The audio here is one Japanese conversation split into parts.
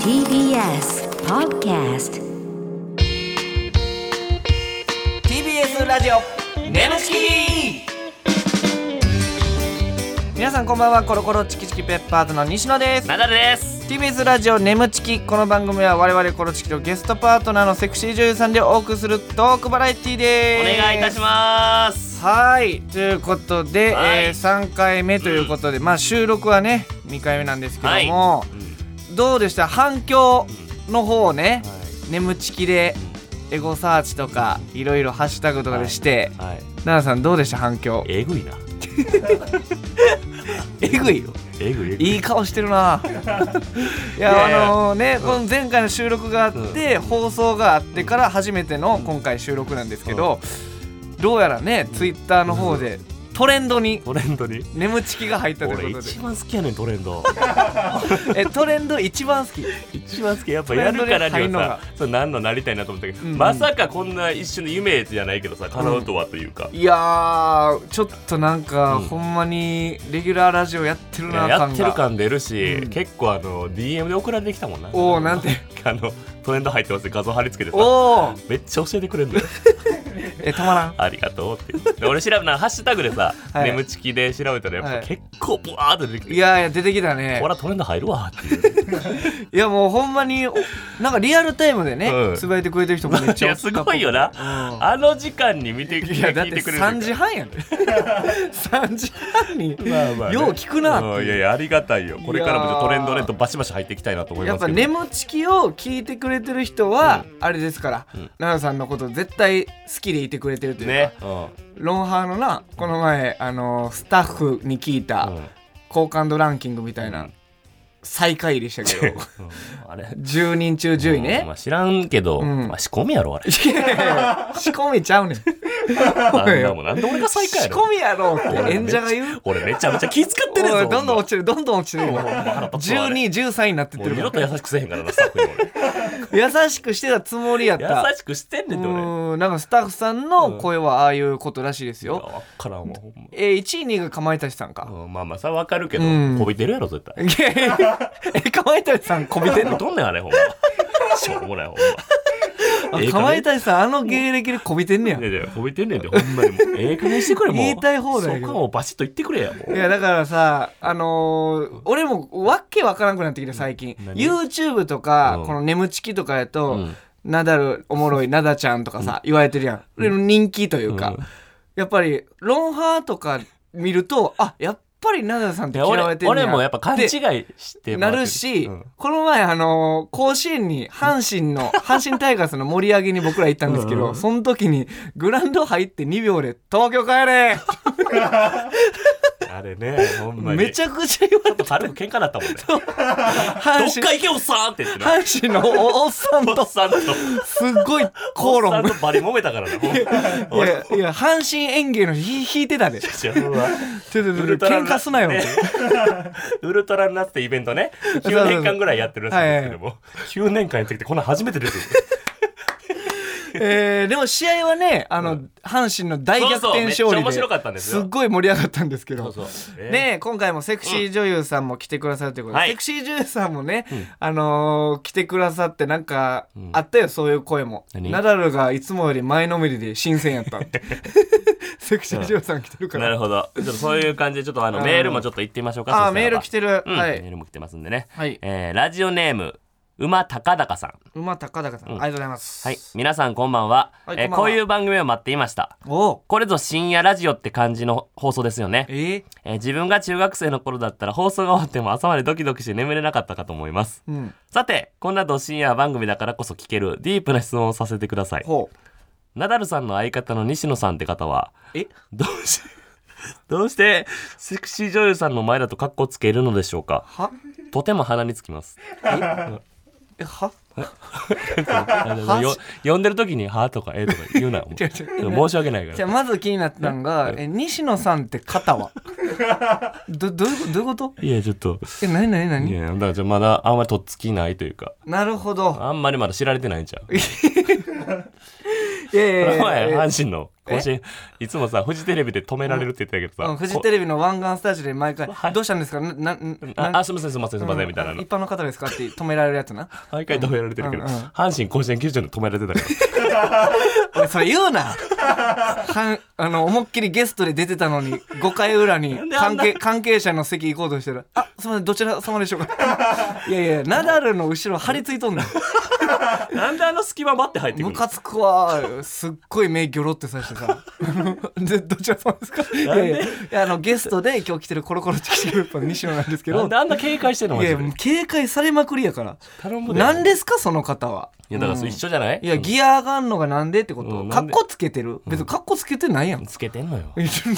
TBS Podcast TBS ラジオネムチキ皆さんこんばんはコロコロチキチキペッパーズの西野ですナダルです。 TBS ラジオネムチキこの番組は我々コロチキとゲストパートナーのセクシー女優さんでお送りするトークバラエティーおです願いいたします。はいということで、はいえー、3回目ということで、まあ収録はね2回目なんですけども、どうでした反響の方をね、眠チキでエゴサーチとかいろいろハッシュタグとかでして、はい。奈々さんどうでした反響えぐい な。えぐいよえぐい。えぐいいい顔してる ないやいやいやあのね、この前回の収録があって、放送があってから初めての今回収録なんですけど、どうやらねツイッターの方でトレンドにトレンドに。眠ちきが入ったと俺いうこと一番好きやねんトレン ドでえトレンド一番好き一番好きやっぱやるからトレンドに入んにのはがさそう何のなりたいなと思ったけど、うんうんまさかこんな一瞬の夢じゃないけどさ叶うとはというか、いやーちょっとなんか、うんほんまにレギュラーラジオやってるいやなや感っがてる感出るし、うん結構あの DM で送られてきたもんなおおなんて あのトレンド入ってますって画像貼り付けてさおおめっちゃ教えてくれるのよえたまらんありがとうってで俺調べなハッシュタグでさ「はい眠ちき」で調べたらやっはぱい結構ブワーって出てきていやいや出てきたねこれはトレンド入るわっていういやもうほんまにおなんかリアルタイムでね、うんつぶやいてくれてる人もめっいちゃやすごいよな、うんあの時間に見ていやだっ聞いててくれるから3時半やで 3時半にまあまあねよう聞くなっていううんいやいやありがたいよこれからもちょっとトレンドねとバシバシ入っていきたいなと思いやまっすけぱど眠ちきを聞いてくれてる人は、あれですから、奈良さんのこと絶対好きでいてくれてるというか、ね、ロンハーのなこの前、あのースタッフに聞いたうん好感度ランキングみたいな、うん最下位でしたけ どうんあれ10人中10位ね、まあ、知らんけど、んまあ、仕込みや ろあれいやいやいや 仕込みちゃうねんなんだもんなんで俺が最下位仕やろ込みやろうって演者が言う俺めちゃめちゃ気使ってねえおぞいどんどん落ちちてるどんどん落ちてるよ腹立つわあれ12、13になってってもうる二か度らと優しくせえへんからなスタッフに優しくしてたつもりやっ俺た優しくしてんうねんって俺いーんなんかスタッフさんの声はああいうことらしいですやよ、わからんわほんまえー、1位2位がかまいたちさんか、うんまあまあさわかるけどうんこびてるやろ絶対いやいや えかまいたちさんこびてんのどんなんあれほん ましょうもないほんまええかまい加たちさんあの芸歴でこびてんねや減いやいやこびてんねんでほんまにもうええ加減してくれもう言いたい放題やけそどこはもうバシッと言ってくれやもういやだからさあのー俺もわけわからなくなってきて最近何 YouTube とか、うんこの「眠ちき」とかやと、うんナダルおもろいナダちゃんとかさ、言われてるやん俺の人気というか、うんやっぱりロンハーとか見るとあやっぱりナダルさんってで嫌わ俺れてる俺もやっぱ勘違いてしてもらなってるし、うんこの前あのー甲子園に阪神の阪神タイガースの盛り上げに僕ら行ったんですけうんど、うんその時にグラウンド入って2秒で「東京帰れ!あれねほ」んまにめちゃくちゃ言われて軽く喧嘩だったもんねどっ阪神か行けおっさんって言ってな阪神のおおっさんおっとさんとすっごい口お論っさんとバリ揉めたからなほんま いやいや阪神園芸のひ弾いてたでちょじゃあうわちょちょウルトラ喧嘩すなよ、ね ウルトラになってイベントね9年間ぐらいやってるらしいんですけども9年間やってきてこんなん初めてですえー、でも試合はねあの、阪神の大逆転勝利そうそうめっちゃで面白かったんですよっごい盛り上がったんですけどそうそうえーねえ今回もセクシー女優さんも来てくださるということで、はいセクシー女優さんもね、あのー来てくださってなんかあったよ、そういう声も何ナダルがいつもより前のめりで新鮮やったって セクシー女優さん来てるかならるほど。ちょっとそういう感じで、ちょっとあうの、んメールもちょっと言ってみましょうか。そしたあらーメール来てる、うん、はメいールも来てますんでね。はいえーラジオネーム、馬高高さん。馬高高さん、ありがとうございますはい。皆さんこんばんは。はいこんばえーんはこういう番組を待っていました。おうこれぞ深夜ラジオって感じの放送ですよね。えー、えー自分が中学生の頃だったら放送が終わっても朝までドキドキして眠れなかったかと思います。うんさて、こんなど深夜番組だからこそ聞けるディープな質問をさせてください。ほうナダルさんの相方の西野さんって方は、えどうし、 どうして、セクシー女優さんの前だとカッコつけるのでしょうかはとても鼻につきます。えはよ呼んでる時に「は?」とか「え?」とか言うなよもう違う違う申し訳ないかじゃらあまず気になったのがえ西野さんって肩 はどどういうことどういうこといやちょっとえ何何い何やだからちょまだあんまりとっつきないというかなるほどあんまりまだ知られてないんちゃういやいこやいやいの前や阪神の甲子園いつもさフジテレビで止められるって言ってたけどうさんフジこテレビの湾岸スタジオで毎回「はいどうしたんですか?」なななああすみませんすみませんすみませんみたいなうんの一般の方ですかって止められるやつな毎回止められてるけどうんうん阪神甲子園球場で止められてたからおいそれ言うなはんあの思いっきりゲストで出てたのに5回裏にんであ関んな係関係者の席行こうとしたら「あすみませんどちら様でしょうか? 」 いやいやナダルの後ろ張り付いとんねん なんであの隙間待って入ってくムるカつくわすっごい目ギョロってさしてさ でどちら様ですかいやいやいやあのゲストで今日来てるコロコロチキチキグループの西野なんですけのなどんであんな警戒してんのいマジやでもう警戒されまくりやから頼むでなんですかその方はいやだからそれ一緒じゃないいやギア上がんのがなんでってこうとんかなっんでこつけてる別にかっこつけてないやんつけてんのよ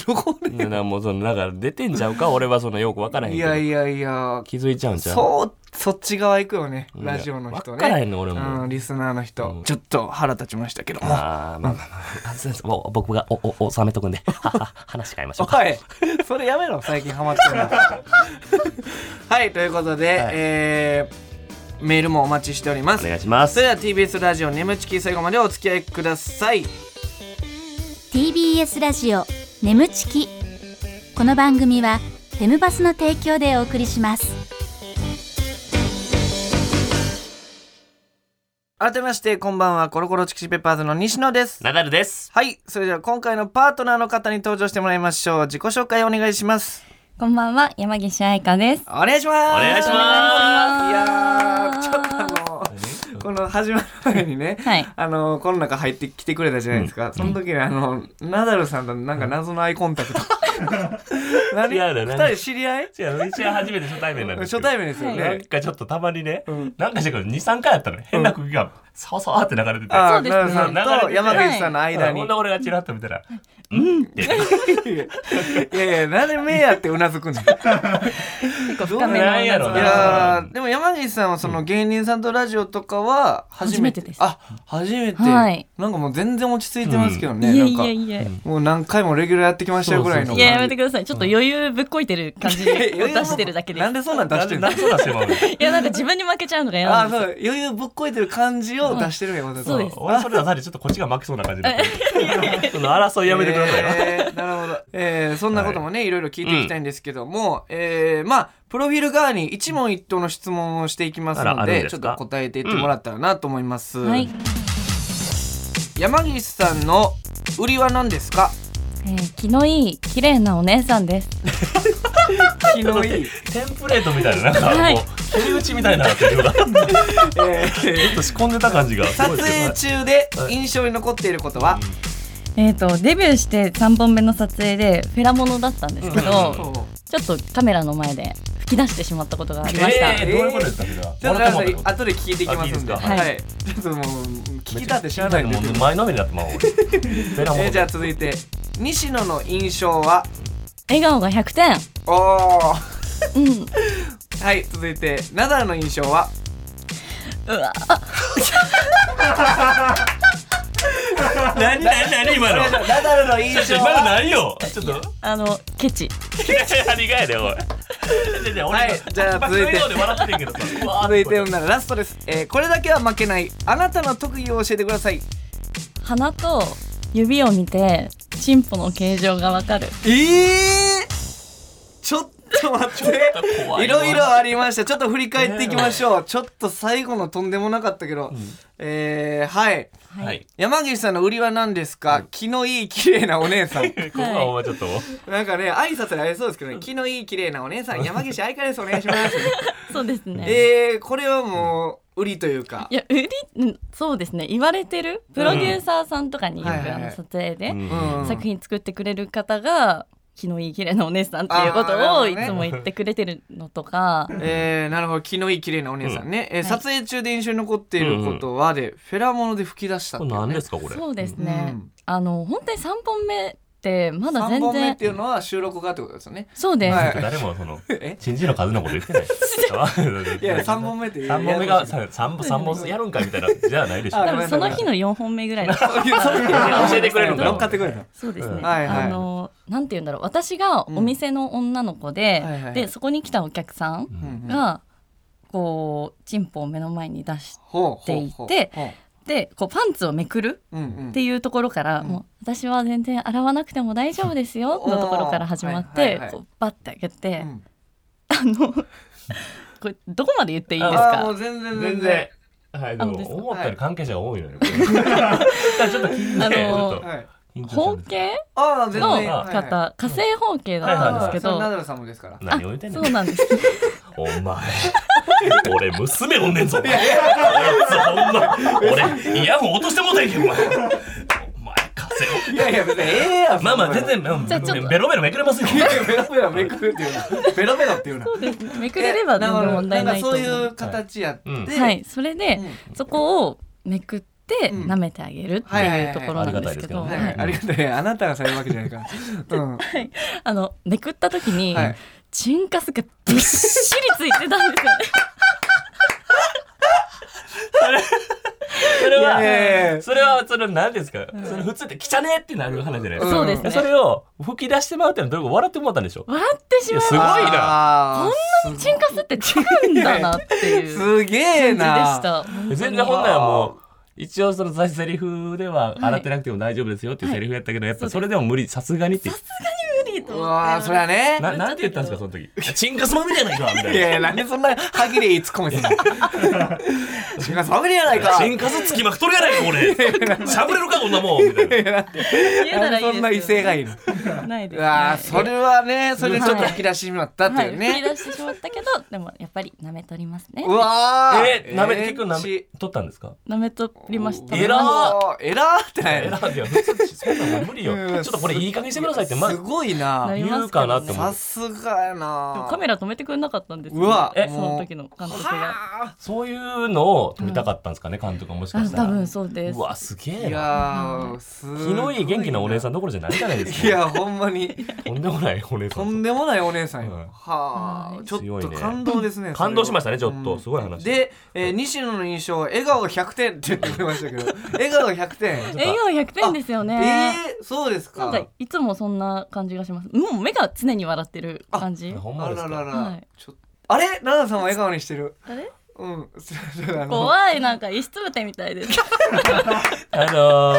どこでいやなもうそのなんか出てんちゃうか俺はそのよくわからへんいけどやいやいや気づいちゃうんちゃうそうそっち側行くよねいやラジオの人ねわからへんの俺もうんリスナーの人、うんちょっと腹立ちましたけども あーまあまあまああすいませんもう僕がおおお収めとくんではは話変えましょうかおい それやめろ最近ハマってるの はいということで、はいえーメールもお待ちしておりまおす願いしまそすれでは TBS ラジオ「眠ちき」最後までお付き合いください TBS ラジオ眠ちきこの番組はフェムバスの提供でお送りします改めましてこんばんはコロコロチキシペッパーズの西野ですナダルですはいそれでは今回のパートナーの方に登場してもらいましょう自己紹介お願いしますこんばんは、山岸愛香です。お願いしますお願いしいやーますちょっとあのこの始まる前にね、 はいあのこの中入ってきてくれたじゃないですか、その時にあのナダルさんとなんか謎のアイコンタク ト何いやだね2人知り合いじゃあ一応初めて初対面なんです初けど対面ですよね、なんかちょっとたまにね、んなんかしてから23回やったのね変な空気がさわさわって流れててあそうですねナダルさんと山口さんの間に、ほんで俺がチラッと見たら「いやいやなんで目やってうなずく のどう深めのなんやろいやーでも山岸さんはその芸人さんとラジオとかは初め初めててですあ初めて、はいなんかもう全然落ち着いてますけどいね、やなんいかやいや。いもう何回もレギュラーやってきましたよぐらいのそうそうそうや、やめてだください。ちょっと余裕ぶっ こいてる感じを出してるだけで。なんですそんなん出なしんてるでのなんでそうだしてまうの?」いや、なんか自分に負けちゃうのが嫌あなーんでそすう余裕ぶっこいてる感じを出してるんや私そうです俺それ出されてちょっとこっちが負けそうな感じだったその争いやめてくださいよ、えーなるほど、えーそんなこともね、い、ろいろ聞いていきたいんですけども、えーまあプロフィール側に一問一答の質問をしていきますあらのあるんででちょっすかと答えていってもらったらなと思います、はい。山岸さんの売りは何ですかえー気のいい、綺麗なお姉さんです。気ちょっとの待いっい、てテンプレートみたいななんかはいもう切り打ちみたいなっていうかちょっえ ーと仕込んでた感じがす撮ごいですよ影中で印象に残っていることは、えっと、デビューして3本目の撮影でフェラモノだったんですけうんど、そうちょっとカメラの前で吹き出してしまったことがありました。えー、どういうことですかそちれょっとは笑なんっかてもらった後で聞いていきますんで、あ聞いていいですかはいはい、ちょっともう聞きたって知らないんですけもどう前のめりだったまあ俺ベラモンえーじゃあ続いて西野の印象は笑顔が100点。おおうん。はい続いてナダルの印象はうわ。何何何今のナダルの印象今のは何よちょっと あの、ケチ。何がやねんおいじゃじゃはいじゃあ続いてで笑ってんけどさうわー続いてならラストです、えーこれだけは負けないあなたの特技を教えてください鼻と指を見て、チンポの形状がわかる。ええちょっと待って怖いいろいろありましたちょっと振り返っていきましょうちょっと最後のとんでもなかったけど、えーはいはい山岸さんの売りは何ですか、気のいい綺麗なお姉さ んここはお前ちょっとなんかね挨拶ありそうですけどね気のいい綺麗なお姉さん山岸愛香ですお願いし ますそうですね。えー、これはもう売りというかいや売りうんそうですね言われてるプロデューサーさんとかによく、はいはいはいあの撮影で、ん作品作ってくれる方が「気のいい綺麗なお姉さん」っていうこあーなるとほをどいねつも言ってくれてるのとか、 えー、なるほど気のいい綺麗なお姉さんね、えはーい撮影中で印象に残っていることはで、フェラモノで吹き出したっていうこれね何ですかこれそうですね、うんあの本当に3本目ってまだ3全本目っ然ていうのは収録がってことですよねそうです、はい誰もそのえ新人の数のこと言ってない。 いや3本目って三本目がそさ三本三本やるんかみたいなじゃないでしょ。あ多分その日の4本目ぐらいだったういうそういう教えてくれるんだ乗っかってくれるのそうですね、うんはいはいあのなんて言うんだろう私がお店の女の子で、うんはいはいでそこに来たお客さんうんが、こうチンポを目の前に出しほうほうほうって言てこうパンツをめくるうんうんっていうところから、うんもう私は全然洗わなくても大丈夫です よのところから始まっおーはいて、はいはいこうバッて開けて、うんあの これどこまで言っていいですあーもかう全然全全然然。はい、であそうですもか思ったより関係者が多いのよ。これだからちょっと気にね、ちあのょっーとはい緊張包する。茎ああ全然のは方、いはい火星包茎だったんですけあーそれど、ナダルさんもですから何を言ってんのそうなん ですお前。俺娘おんねんぞ。あいつほんま。俺イヤホン落としてもうたんやけどお前。お前風邪いやいや別にええやを。んまあまあそん全なの然まあじゃあちょっとベロベロめくれますよ。いやいやベロベロめくるっていうなベロベロっていうなそうですねめくれればえ全な然んか問題ないと思んかそういうう形やって、うんはいそれで、うんそこをめくってうん舐めてあげるってはいはいはいいはいうところなんですけど、ありがたいですけどねはいはいありがたいあなたがそういうわけじゃないから、 うん、あのめくった時に、はいチンカスがびっしりついてたんですよねそれいやいやいはやそれはそれなんですか。それ普通って来たねってなる話じゃないですか。そうですねそれを吹き出してもらうってのはどういうこと笑ってもうたんでしょ。笑ってしまいましいやすごたいなこんなチンカスって違うんだなっていう感すげえじでしなた本当に全然ほんならもう。一応そのセリフでは洗ってなくても大丈夫ですよっていうセリフやったけど、やっぱそれでも無理さすがにって無理とう思ってわーそりゃねななんて言ったんですかその時チンカスまみれやないかみたいいやいやなんでそんな歯切れいい突っ込みすんの違うそれやないなかチンカスつきまくっとるやないか俺しゃぶれるかこんなもんみたいな言えたらいいですけどそんな威勢がいいのないでうす、ね、わーそれはねそれでちょっとはい引き出しになったっていうね、はい、吹き出してしまったけどでもやっぱり舐めとりますねうわーえなめ結構なめち取ったんですか舐めとりましたえらーえらーってないえらいや普通そんなん無理よちょっとこれいい加減してくださいってますごいななり言まうすけかなどってね思さうすがやでもなカメラ止めてくれなかったんですようわえもうその時の監督がはそういうのを撮りたかったんですかね監督はもしかあしたら多分そうですうわすげーえいなやーすご気のいい元気なお姉さんどころじゃないじゃないですいかやほんまにとんでもないお姉さとんんでもないお姉さんよ、うんははあいちょっ強といね感動ですね 感動しましたねそれはちょっとすごい話で、えー西野の印象笑顔100点って言ってくれましたけど笑顔100点栄養100点ですよねえー、そうですなんかかいつもそんな感じがしますもう目が常に笑ってる感じほんまあですらら、からはいちょっとあれ奈々さんも笑顔にしてるあれうんそれあの怖いなんか石つぶてみたいですあの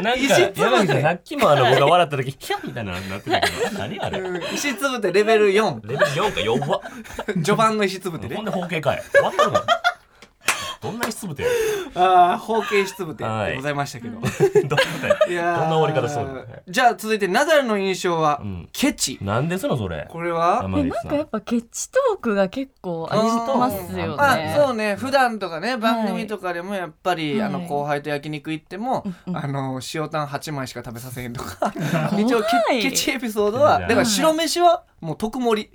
ー、なん石つぶかて山口さんさっきもあの僕が笑った時キャッみたいなのになってたけど何あれ レうん石つぶてレベル4ベル4か弱っ序盤の石つぶてほんねで方形かい終わったのかどんな質ぶてやああ方形石つぶてはいでございましたけど、どんなこといややーどんな終わり方するのじゃあ続いてナダルの印象は、うんケチなんですのそれこれはえ山口なんさかやんっぱケチトークが結構ありますよあねそうね普段とかね番組とかでもやっぱり、はいあの後輩と焼肉行っても、うんうんあの塩タン8枚しか食べさせへんとか 怖い一応ケケチエピソードいはやだから白飯はもう特盛り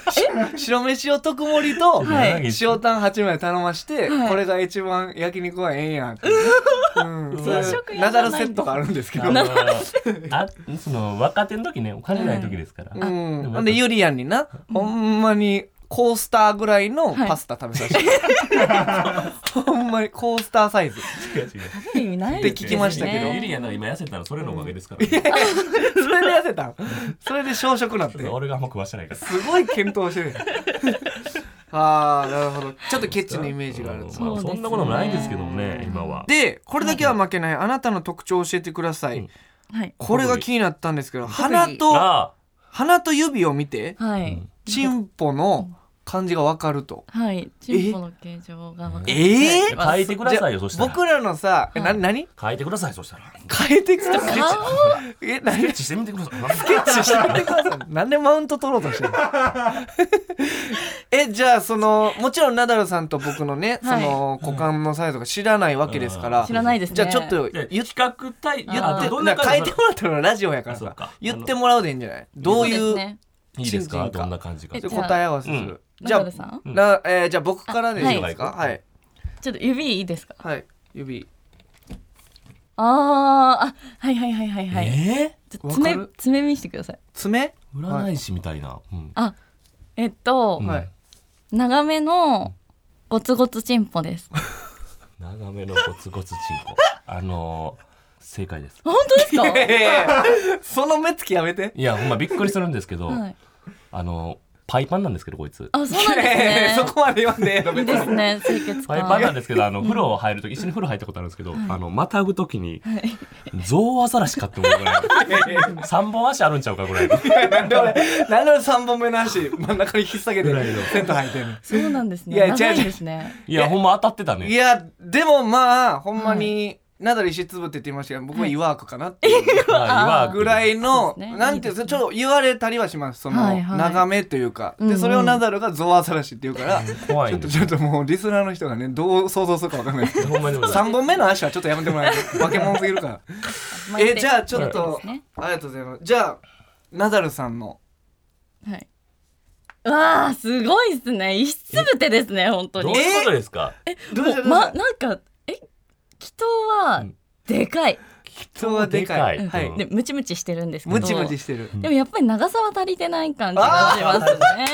白飯を特盛り とはい塩タン8枚頼まして、はいこれが一番焼肉はええやん って、うん、そう和い食う屋じゃなナいダルセットがあるんですけど あ。のーあその若手の時ねお金ない時ですから、うん、ななんんかでユリアンにな、ほんまにコースターぐらいのパスタ食べさせて、 ほんまにコースターサイズ違う違う意味ないって聞きましたけどユリアな今痩せたらそれのおかげですから、ねそれで痩せたんそれで小食 なってす俺があんま食わしてないからごい検討して るああなるほどちょっとケチのイメージがあるんですまあそんなこともないですけどもそうですねね今はでこれだけは負けないあなたの特徴を教えてください、うんはいこれが気になったんですけど技鼻とあ鼻と指を見てはいチンポの感じがわかるとはいチンポの形状が分かるええあ書いてくださいよそしたら僕らのさ、えなはい何書いてくださいそしたら変えてきた顔えス何ケケ ッッチしてみてくださいチしてくださいなんでマウント取ろうとしてるの えじゃあそのもちろんナダルさんと僕のね、はいその股間のサイズが知らないわけですから、うん知らないですねじゃあちょっとで言っ比較対言あっーてどんななんか変え感てじもらったのはラジオやからあそうさか言ってもらうでいいんじゃないどうそいうですねいいですチンチかンかどんな感じかえじゃあ答え合わせする、じゃナダルさあんな、えーじゃあ僕からでいいですかあははいいちょっと指いいですかはい指あーあはいはいはいはいはい、えちょわか爪る爪見してください爪ー占い師みたいな。うんあえっと、うんはい長めのゴツゴツチンポ です長めのゴツゴツチンコ。あのー正解です。本当 ですかいやいやいやその目つきやめていや、ほんまびっくりするんですけど、はいあのーパイパンなんですけど、こいつ。あそうなんですいやいねやそこまで言わん でええのいいで別にすね清潔パイ感パンなんですけど、あの、風呂入るとき、一緒に風呂入ったことあるんですけど、あの、またぐときに、ゾウアザラシかって思うぐらい。3本足あるんちゃうか、ぐらいの。なんで俺なんで俺3本目の足真ん中に引っ提げてぐらいのテント履いてんのそうなんですねいや違う長いんですねいや、ほんま当たってたいね。やでもまあほんまに、ナダル石粒って言ってましたけど僕ははいイワークかなっていうまあぐらいの、そうですねなんていうんですかちょっと言われたりはしますその、はいはい眺めというかうんうでんそれをナダルがゾウアザラシって言うから、怖ちいょっねとちょっともうリスナーの人がねどう想像するかわかんないですけどほんまにでも3本目の足はちょっとやめてもらえる化け物すぎるからえじゃあちょっと、はいありがとうございますじゃあナダルさんのはいうわあすごいですね石つぶてですね本当どにういうことですかどうもしたうどうしまたなんかえ祈祷はうんでかい、人はでかい人はでかいはうんでムチムチしてるんですけどムチムチしてるでもやっぱり長さは足りてない感じがしますね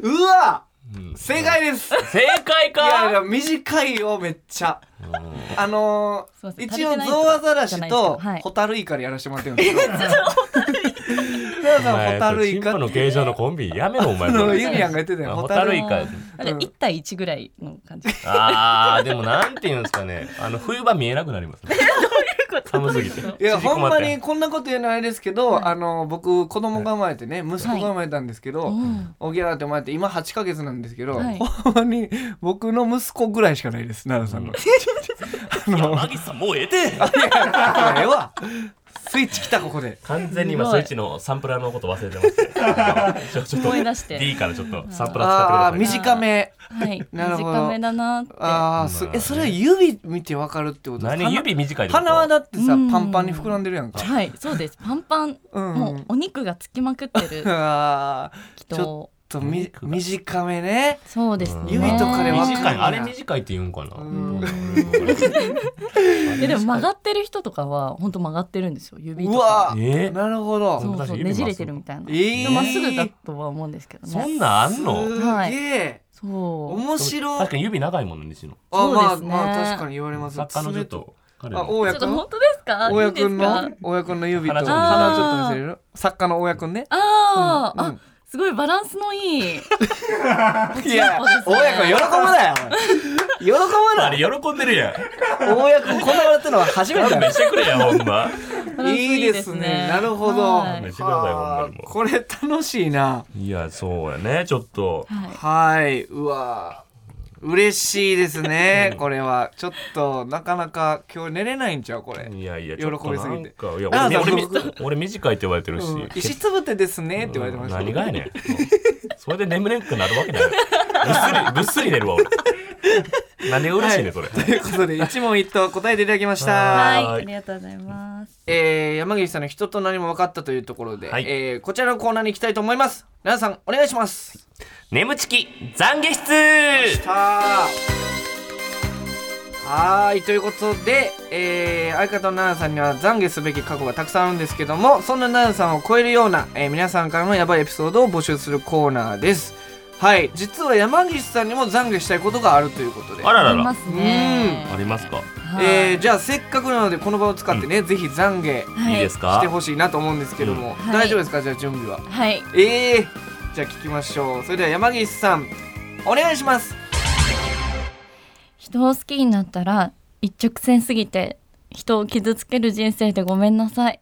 うわうん正解です正い解やいかや短いよめっちゃうんあのすいませー、ん一応足りてないゾウアザラシじゃないですとけどはいホタルイカでやらせてもらってるんで すけどだおから前ホタルイカチンパっのて形状のコンビやめろお前あ のユうリアンが言ってたよホホタタルルイイカやなんか1対1ぐらいの感じ、あーでもなんていうんですかねあの冬場見えなくなりますね寒すぎていやほんまに縮ここんなこと言えないですけど、あの僕子供が生まれてね息子が生まれたんですけど、うん おぎゃーって生まれて今8ヶ月なんですけど、はいほんまに僕の息子ぐらいしかないです奈良さんの。 あのまってマギさんもうええていやだからええわスイッチ来たここで。完全に今スイッチのサンプラーのこと忘れてますちょちょっと思い出して D からちょっとサンプあラー使ってあください短め。はい なるほど短めだなってああ、すえそれは指見てわかるってこと何指短いってこと鼻はだってさうんパンパンに膨らんでるやんか。はいそうですパンパン、うんもうお肉がつきまくってるあー祈 ちょ祷っとみ短めね。そうですねうん指とかでわかる短いあれ短いって言うんかなうんえでも曲がってる人とかは本当曲がってるんですよ指とうかわえなるほど。そうそう指ねじまっすぐれてるみたいな、えーまっすぐだとは思うんですけどねそんなんあんのすはいげえそう面白い。確かに指長いもんね西野あそまあうですねまあ確かに言われます。作家のちょっと彼爪あの大ちょ家っと君。本当ですか大い家いでくんすかの大家くんの指と鼻ちょっと鼻ちょっと見せれる？作家の大家くんね。あー、うんうんあすごいバランスのいい いやそうですね大家くん喜ぶなよ。喜ぶあなれ。喜んでるやん大家くんこんな笑ってのは初めてだ勘よ弁。してくれやほんまバランスいいですね。なるほど。は勘い弁してくださいほんまあにーもこれ楽しいな。ういやそうやねちょっとはいはい、うわー。嬉しいですね。これはちょっとなかなか今日寝れないんちゃうこれ。いやいやちょっとなんかいやあ俺そう俺み僕俺短いって言われてるしうん石つぶてですねって言われてました。何がやねんそれで眠れんくなるわけないぐっすりぐっすり寝るわ俺なんで嬉しいねそ れということで一問一答答えていただきましはた、はいありがとうございますえー、山岸さんの人となりも分かったというところで、はいえーこちらのコーナーに行きたいと思います皆さんお願いします眠ちき懺悔き室たーはーいということで、えー相方の奈々さんには懺悔すべき過去がたくさんあるんですけどもそんな奈々さんを超えるような、えー皆さんからのヤバいエピソードを募集するコーナーですはい実は山岸さんにも懺悔したいことがあるということであらあらりまらすねありますかはいえーじゃあせっかくなのでこの場を使ってね、ぜひ懺悔はいいいですしてかほしいなと思うんですけども、はい大丈夫ですかじゃあ準備ははいええじゃあ聞きましょうそれでは山岸さんお願いします人を好きになったら一直線すぎて人を傷つける人生でごめんなさい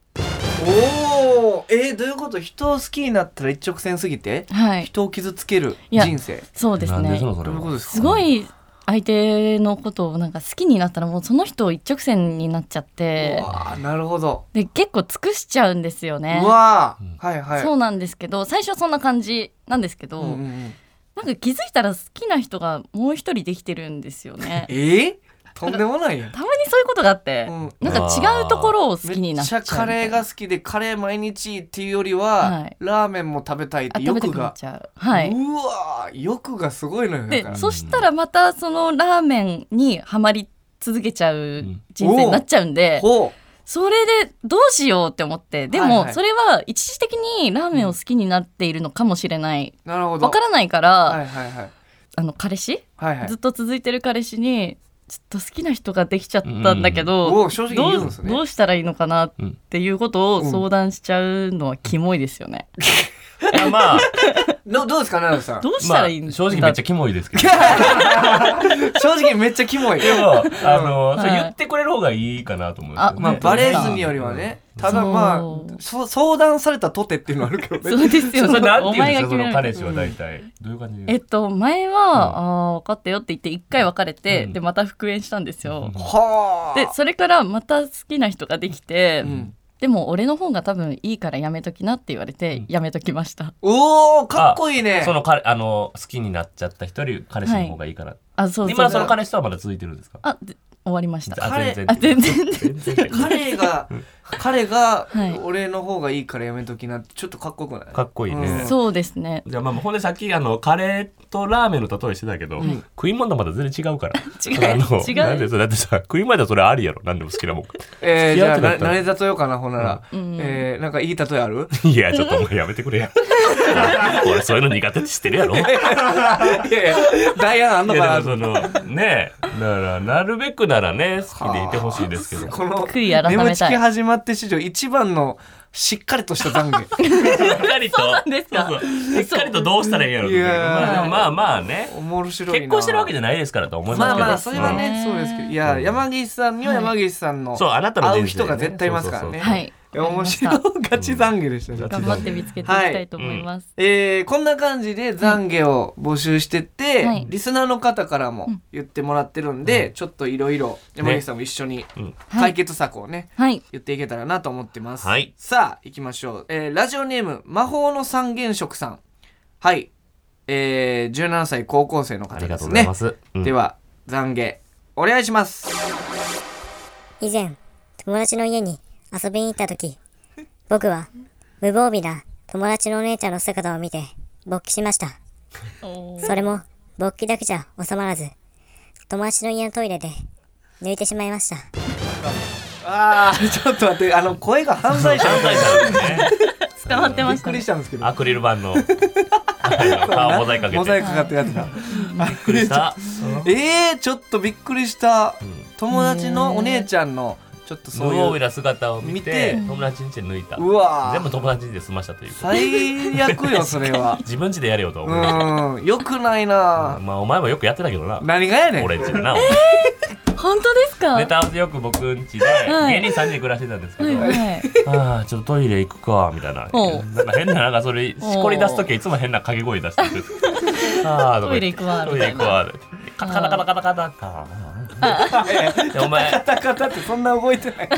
おおえー、どういうこと人を好きになったら一直線すぎてはい人を傷つけるいや人生そうですなんでねしょうそれどういうことはですかすごい相手のことをなんか好きになったらもうその人を一直線になっちゃってうわーなるほど、で結構尽くしちゃうんですよねうわうんーはいはいそうなんですけど最初はそんな感じなんですけど、うんうんうんなんか気づいたら好きな人がもう一人できてるんですよね えー、とんでもない やんたまにそういうことがあって、うんなんか違うところを好きにめなっっちちゃうゃみたいカなレーが好きでカレー毎日っていうよりは、はいラーメンも食べたいっあて食べた欲くなっがちゃうはいうわー欲がすごいのよだかでらそしたらまたそのラーメンにはまり続けちゃう人生になっちゃうんで、ほそれでどうしようって思ってではいはもいそれは一時的にラーメンを好きになっているのかもしれないうなるほどわからないから、はいはいはいあの彼氏、はいはいずっと続いてる彼氏にちょっと好きな人ができちゃったんだけど、お正直に言うんどでうすねどうしたらいいのかなっていうことを相談しちゃうのはキモいですよね。あまあどどうですか奈良さんどう したまらあいいんだ正直めっちゃキモいで すけど正直めっちゃキモいでもあのそれはい言ってくれる方がいいかなと思うんですよねまあ本当バレですかずによりはねただそうまあそ相談されたとてっていうのはあるけどそねう ですよそれね。なんおて言うん前ですが決めかそのら彼れ氏は大体どういう感じでえ言っうと前は、ああ分かったよって言って一回別れて、うんでまた復縁したんですよ。うんはあでそれからまた好きな人ができて、うんでも俺の方が多分いいからやめときなって言われて、やめときましたおおかっこいいねその彼あの好きになっちゃった人より彼氏の方がいいから、あそうそう今その彼氏とはまだ続いてるんですかあで終わりました彼全然あ全然全然彼が彼がはい俺の方がいいからやめときなちょっとかっこよくないかっこいいね、うんそうですねじゃあまあほんでさっきあのカレーとラーメンの例えしてたけど、食い物とまだ全然違うから違うあの違うなんでそれだってさ食い物だとそれありやろ何でも好きなもんえー、付じき合ゃうあとななったら慣れ例えようかなほんなら、うんえー、なんかいい例えある いやちょっともうやめてくれや俺そういうの苦手って知ってるやろいやいやいやダイアンあんのかでなもそのねだからなるべくならね好きでいてほしいですけど この悔い改めたい眠ちき始まって史上一番のしっかりとした懺悔 しっかりとそうなんですかそうしっかりとどうしたらいいんやろうと思うけいどやまあでもまあまあねおもろしろいな結婚してるわけじゃないですからと思いますけまあどまあそれはうんね、そうですけどいや山岸さんには山岸さんの、そうあなたの人生会ねう人が絶対いますからねはいいや面白いガチ懺悔でしたね、うん頑張って見つけていきたいと思います、えーこんな感じで懺悔を募集してって、はいリスナーの方からも言ってもらってるんで、ちょっといろいろ山岸さんも一緒にうん解決策をね、はい言っていけたらなと思ってます、はいさあ行きましょう、えーラジオネーム魔法の三原色さんはい、えー、17歳高校生のあ方りでがとすうございねます、うんでは懺悔お願いします以前、友達の家に遊びに行った時、僕は無防備な友達のお姉ちゃんの姿を見て勃起しました。おーそれも勃起だけじゃ収まらず、友達の家のトイレで抜いてしまいました。あーちょっと待ってあの声が犯罪者みたいな伝わってまびっしたくねりしたんですけどアクリル板の顔モザイクかけてモザイクかかってるやつだびっくりした えー、ちょっとびっくりした、友達のお姉ちゃんのちょっと無そう防備いうな姿を見見てて友達ん家抜いたうわー全部友達ん家で済ましたということ最悪よそれ は自分家でやれよと思いましたうんよくないな、まあお前もよくやってたけどな何がやねん俺ん家でな本当ですかネタ合わせよく僕ん家ではい芸人3人で暮らしてたんですけはどいはいああちょっとトイレ行くかみたいなおうなんか変ななんかそれしこり出す時いつも変な掛け声出してくるああとか言ってトイレ行くわトイレ行くわカタカタカタカタカタカタでお前カタカタってそんな動いて ない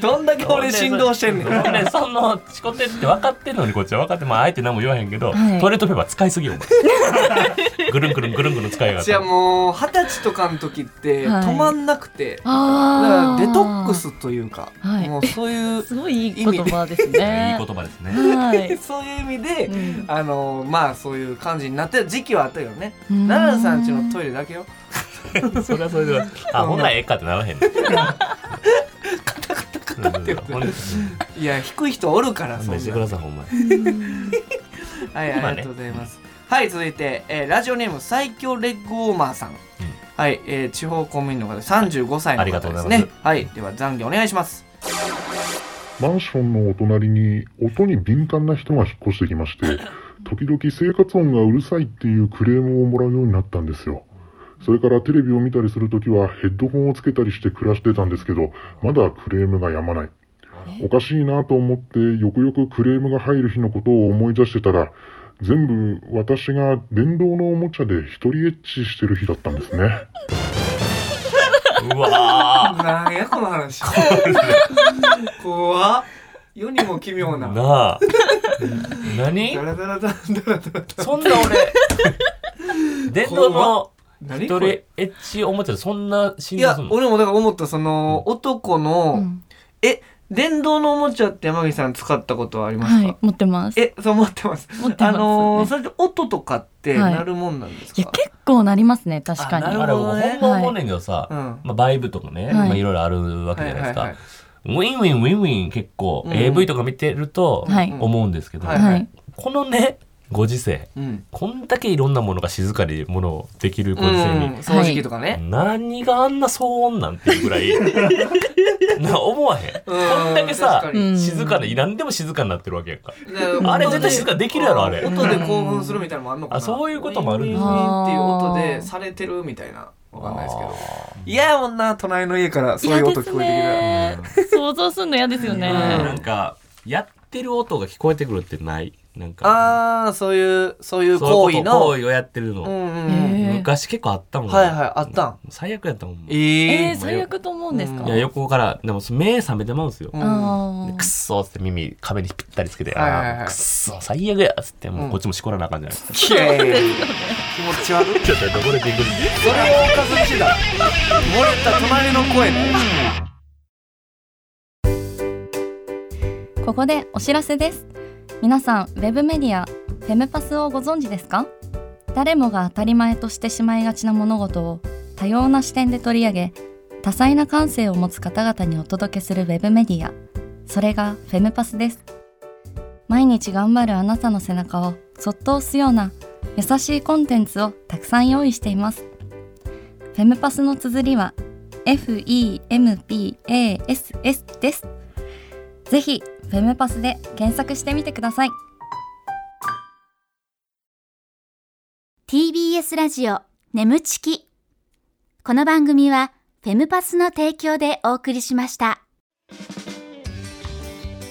どんだけ俺振動してんねんほでそのしこてって分かってるのにこっちは分かってまああえて何も言わへんけど、はいトイレットペーパー使いすぎ よお前ぐるんぐるんぐるんぐるん使いやがっじゃあてもう二十歳とかの時ってはい止まんなくて、だかあーらデトックスというか、はいもうそ ういうすごいいい言葉ですねいい言葉です ねはいそういう意味で、うんあのまあそういう感じになってる時期はあったよねうん奈良さんちのトイレだけよそれは それであほんならええかってならへんのほんでいや低い人おるから勘そん弁してくなださいほんまにはいまあねありがとうございます、はい続いて、えーラジオネーム最強レッグウォーマーさん、はい、えー地方公務員の方35歳のありがと方うでござすいますねはいでは懺悔お願いしますマンションのお隣に音に敏感な人が引っ越してきまして、時々生活音がうるさいっていうクレームをもらうようになったんですよ。それからテレビを見たりするときはヘッドホンをつけたりして暮らしてたんですけど、まだクレームがやまない。おかしいなと思って、よくよくクレームが入る日のことを思い出してたら、全部私が電動のおもちゃで一人エッチしてる日だったんですね。うわなんやこの話 怖っ世にも奇妙ーななダあ何ラダラダラダラダラそんな俺電動の何一こ人れエッチおもちゃでそんな死いんだやすんの俺もだから思ったその、男の、え電動のおもちゃって山岸さん使ったことはありますはか、い、持ってます。いえ、そう思ってます。持ってますあのーねそれで音とかってはいなるもんなんですか、や、結構なりますね、確かあなるに。あれ、ほなるんほまどね思うねんけどさ、うんまあ、バイブとかね、いまあいろいろあるわけじゃないですか。ウィンウィンウィンウィン結構、うん AV とか見てるとはい思うんですけど、はいははいい。このね、ご時世、うん。こんだけいろんなものが静かにものできるごうん、時世に、掃除機とかね。何があんな騒音なんていうぐ らいな思わへんこんだけさ確かにうん静かで何でも静かになってるわけやんかねあれ絶対静かにできるやろあれ音で興奮するみたいなのもあんのかなあそういうこともあるんウィンだウィンウィンっていう音でされてるみたいなわかんないですけどいやもんな隣の家からそういう音聞こ嫌えですね。想像するの嫌ですよね。うんなんかやってる音が聞こえてくるってないなんてくるかああそういうそういうそう行いう為ことの行為をやってるうの、んうんうんへえ昔結構あったもん、はいはいあったん最悪やったもん、ええー、ー最悪と思うんですかういや横からでも目覚めてまうんですよ、うあんーでくっそーっつって耳壁にぴったりつけて、はいはいはいあーくっそー最悪やっつってもうこっちもしこらなあかんじゃないですか、いやいやいや気持ち悪いちょっとどこでビッくりそれをおかずにしてた漏れた隣の声ねここでお知らせです皆さんウェブメディアフェムパスをご存知ですか誰もが当たり前としてしまいがちな物事を多様な視点で取り上げ多彩な感性を持つ方々にお届けするウェブメディアそれがフェムパスです毎日頑張るあなたの背中をそっと押すような優しいコンテンツをたくさん用意していますフェムパスの綴りは FEMPASS ですぜひフェムパスで検索してみてください TBS ラジオ眠ちきこの番組はフェムパスの提供でお送りしました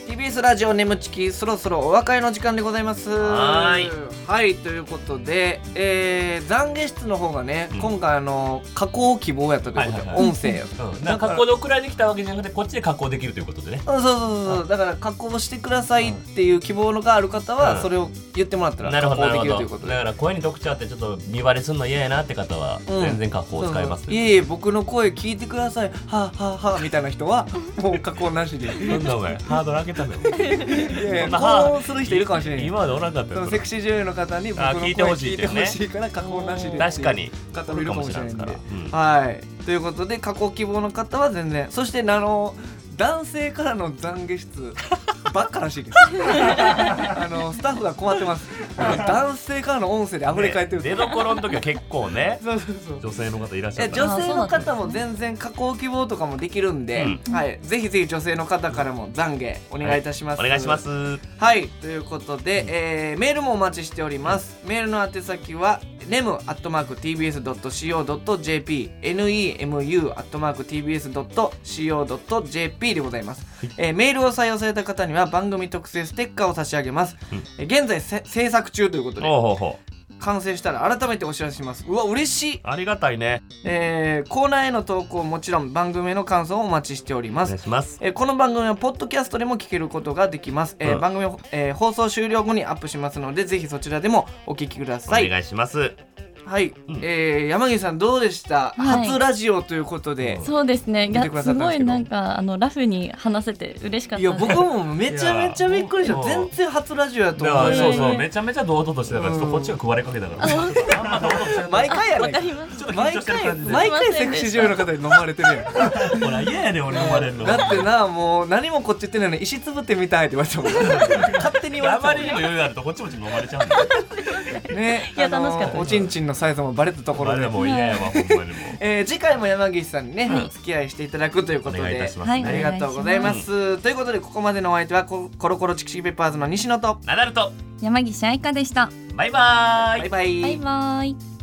TBS ラジオ眠ちきそろそろお別れの時間でございますはーいはいということで、えー、懺悔室の方がね、うん今回あの加工希望やったということで、はいはいはい音声やったうんなんか加工で送られてきたわけじゃなくてこっちで加工できるということでねうんそうそうそうそうだから加工してくださいっていう希望のがある方うんはそれを言ってもらったらな加るほど工なでるきるほというこどとだでから声に特徴あってちょっと見バレするの嫌やなって方はうん全然加工を使いますそうそういえいえ僕の声聞いてくださいはあ、はあはあみたいな人はもう加工なしでいなんだお前ハードル上げたんだよやそいんやなは加工する人いるかもしれない今までおらんかったそよのそセれクシー女優の方に僕あのー声聞いてほしい聞いってていうねほしいから加工なしでっていう確かに方もいるかもしれないんでおるかもしれないですかはいということで加工希望の方は全然そしてあの男性からの懺悔室ばっからしい ですあのスタッフが困って ます男性からの音声で溢れ返ってる、出所の時は結構ねそうそうそう女性の方いらっしいゃやった女な性の方も全然加工希望とかもできるんで、はい、ぜひぜひ女性の方からも懺悔お願いいたします、お願いしますはいということで、えーメールもお待ちしておりますメールの宛先は nemu.tbs.co.jp nemu.tbs.co.jp でございます、えーメールを採用された方には番組特製ステッカーを差し上げます、うんえー現在せ制作中ということでほうほうほう完成したら改めてお知らせしますうわ嬉しい、ありがたいねえーコーナーへの投稿もちろん番組への感想をお待ちしておりまおす願いしますえーこの番組はポッドキャストでも聞けることができます、えーうん番組を、えー放送終了後にアップしますのでぜひそちらでもお聞きくだおさい願いしますはい、うんえー山岸さんどうでした、はい初ラジオということで、そうですねいや見てくださすったんごですいけどなんかあのラフに話せて嬉しかったいやです僕もめちゃめちゃびっくりしいたや全然初ラジオやとだ思かうらいそやういそやいうやめちゃめちゃ堂々としてたからちょっとこっちが食われかけたからあんま堂々としてない毎回や ねわかりましたちょっと緊毎張してる回感じで毎 回セクシー女優の方に飲まれてるやんほら嫌やね俺飲まれるのだってなもう何もこっち言ってないのに石つぶってみたいって言わ れてたもん勝手に言われあてたまもりんにも余裕あるとこっちもちょっと飲まれちゃうんだよ ねいやあのー楽しかったですおちんちんのサイズもバレたところ俺ででもう嫌やわほんまにもうえー次回も山岸さんにね、はいお付き合いしていただくということでお願いいたしますはいあねりがとうございます、ということでここまでのお相手はココロコロチキチキペッパーズの西野とナダルと山岸愛香でしたバイバーイバイバイバイバイ